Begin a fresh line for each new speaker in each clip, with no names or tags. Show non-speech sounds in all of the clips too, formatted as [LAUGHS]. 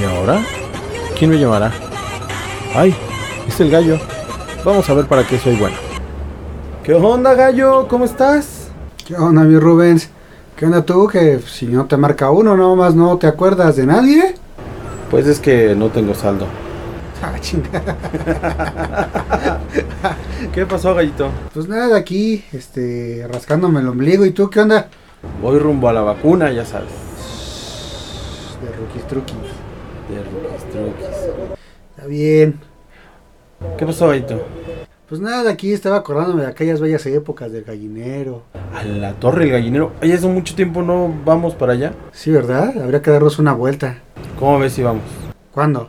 ¿Y ahora? ¿Quién me llamará? ¡Ay! Es el gallo. Vamos a ver para qué soy bueno. ¿Qué onda, gallo? ¿Cómo estás?
¿Qué onda, mi Rubens? ¿Qué onda tú? Que si no te marca uno, nomás no te acuerdas de nadie. [LAUGHS]
Pues es que no tengo saldo.
Ah, chingada.
¿Qué pasó, gallito?
Pues nada, aquí, este, rascándome el ombligo. ¿Y tú qué onda?
Voy rumbo a la vacuna, ya sabes.
De rookies truquis.
De rookies, truquis.
Está bien.
¿Qué pasó, gallito?
Pues nada, aquí estaba acordándome de aquellas bellas épocas del gallinero.
A la torre, el gallinero. Oye, hace mucho tiempo no vamos para allá.
Sí, ¿verdad? Habría que darnos una vuelta.
¿Cómo ves si vamos?
¿Cuándo?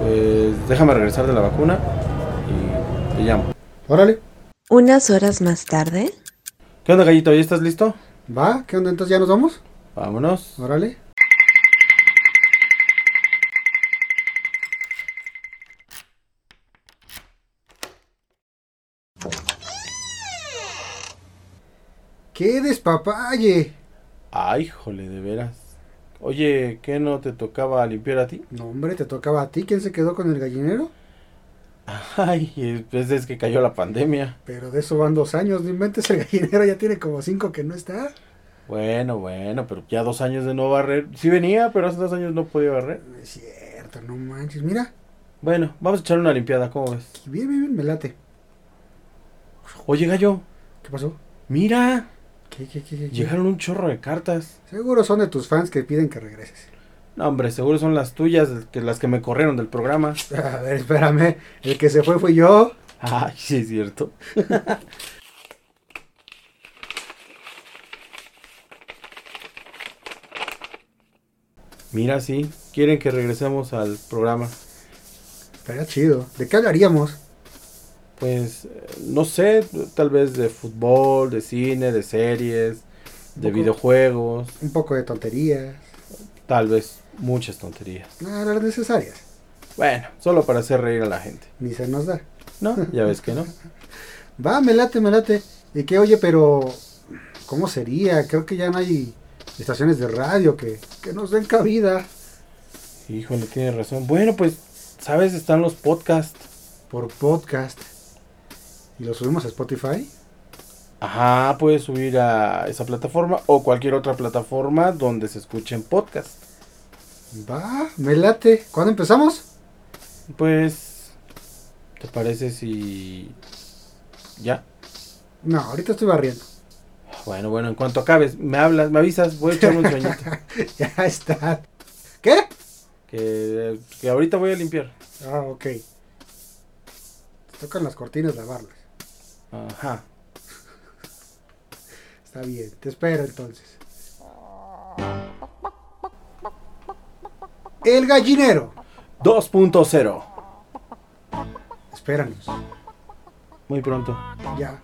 Pues déjame regresar de la vacuna y te llamo.
Órale.
Unas horas más tarde.
¿Qué onda, gallito? ¿Ya estás listo?
¿Va? ¿Qué onda? Entonces ya nos vamos.
Vámonos.
Órale. ¡Qué despapalle!
Ay, jole, de veras. Oye, ¿qué no te tocaba limpiar a ti? [LAUGHS]
No, hombre, te tocaba a ti. ¿Quién se quedó con el gallinero?
Ay, pues es que cayó la pandemia.
Pero de eso van dos años. No inventes, el gallinero ya tiene como cinco que no está.
Bueno, bueno, pero ya dos años de no barrer. Sí venía, pero hace dos años no podía barrer.
No es cierto, no manches. Mira,
Bueno, vamos a echar una limpiada, ¿cómo ves?
bien, bien, bien, me late.
Oye, gallo,
¿Qué pasó?
mira,
¿Qué, qué, qué, qué, qué?
llegaron un chorro de cartas.
Seguro son de tus fans que piden que regreses. [LAUGHS]
No, hombre, seguro son las tuyas, que las que me corrieron del programa.
A ver, espérame. El que se fue fui yo.
Ay, sí es cierto. Mira, sí, quieren que regresemos al programa.
Estaría chido. ¿De qué hablaríamos?
Pues, eh, no sé, tal vez de fútbol, de cine, de series, de
Poco.
videojuegos,
Un poco de tonterías.
tal vez muchas tonterías.
Nada, las necesarias.
Bueno, solo para hacer reír a la gente.
Ni se nos da.
¿No? [LAUGHS] Ya ves que no.
Va, me late, me late. Y que, oye, pero. ¿Cómo sería? Creo que ya no hay estaciones de radio que, que nos den cabida.
Híjole, tienes razón. Bueno, pues, ¿sabes? Están los podcasts.
por podcast y lo subimos a Spotify.
Ajá, puedes subir a esa plataforma o cualquier otra plataforma donde se escuchen podcasts.
Va, me late. ¿Cuándo empezamos?
Pues, ¿te parece si... ya?
No, ahorita estoy barriendo. [LAUGHS]
Bueno, bueno, en cuanto acabes, me hablas, me avisas, voy a echarme un sueñito.
ya está. ¿Qué?
que, que ahorita voy a limpiar.
Ah, ok. Te tocan las cortinas lavarlas.
Ajá.
Está bien, te espero entonces. El gallinero.
2.0.
Espéranos.
Muy pronto.
Ya.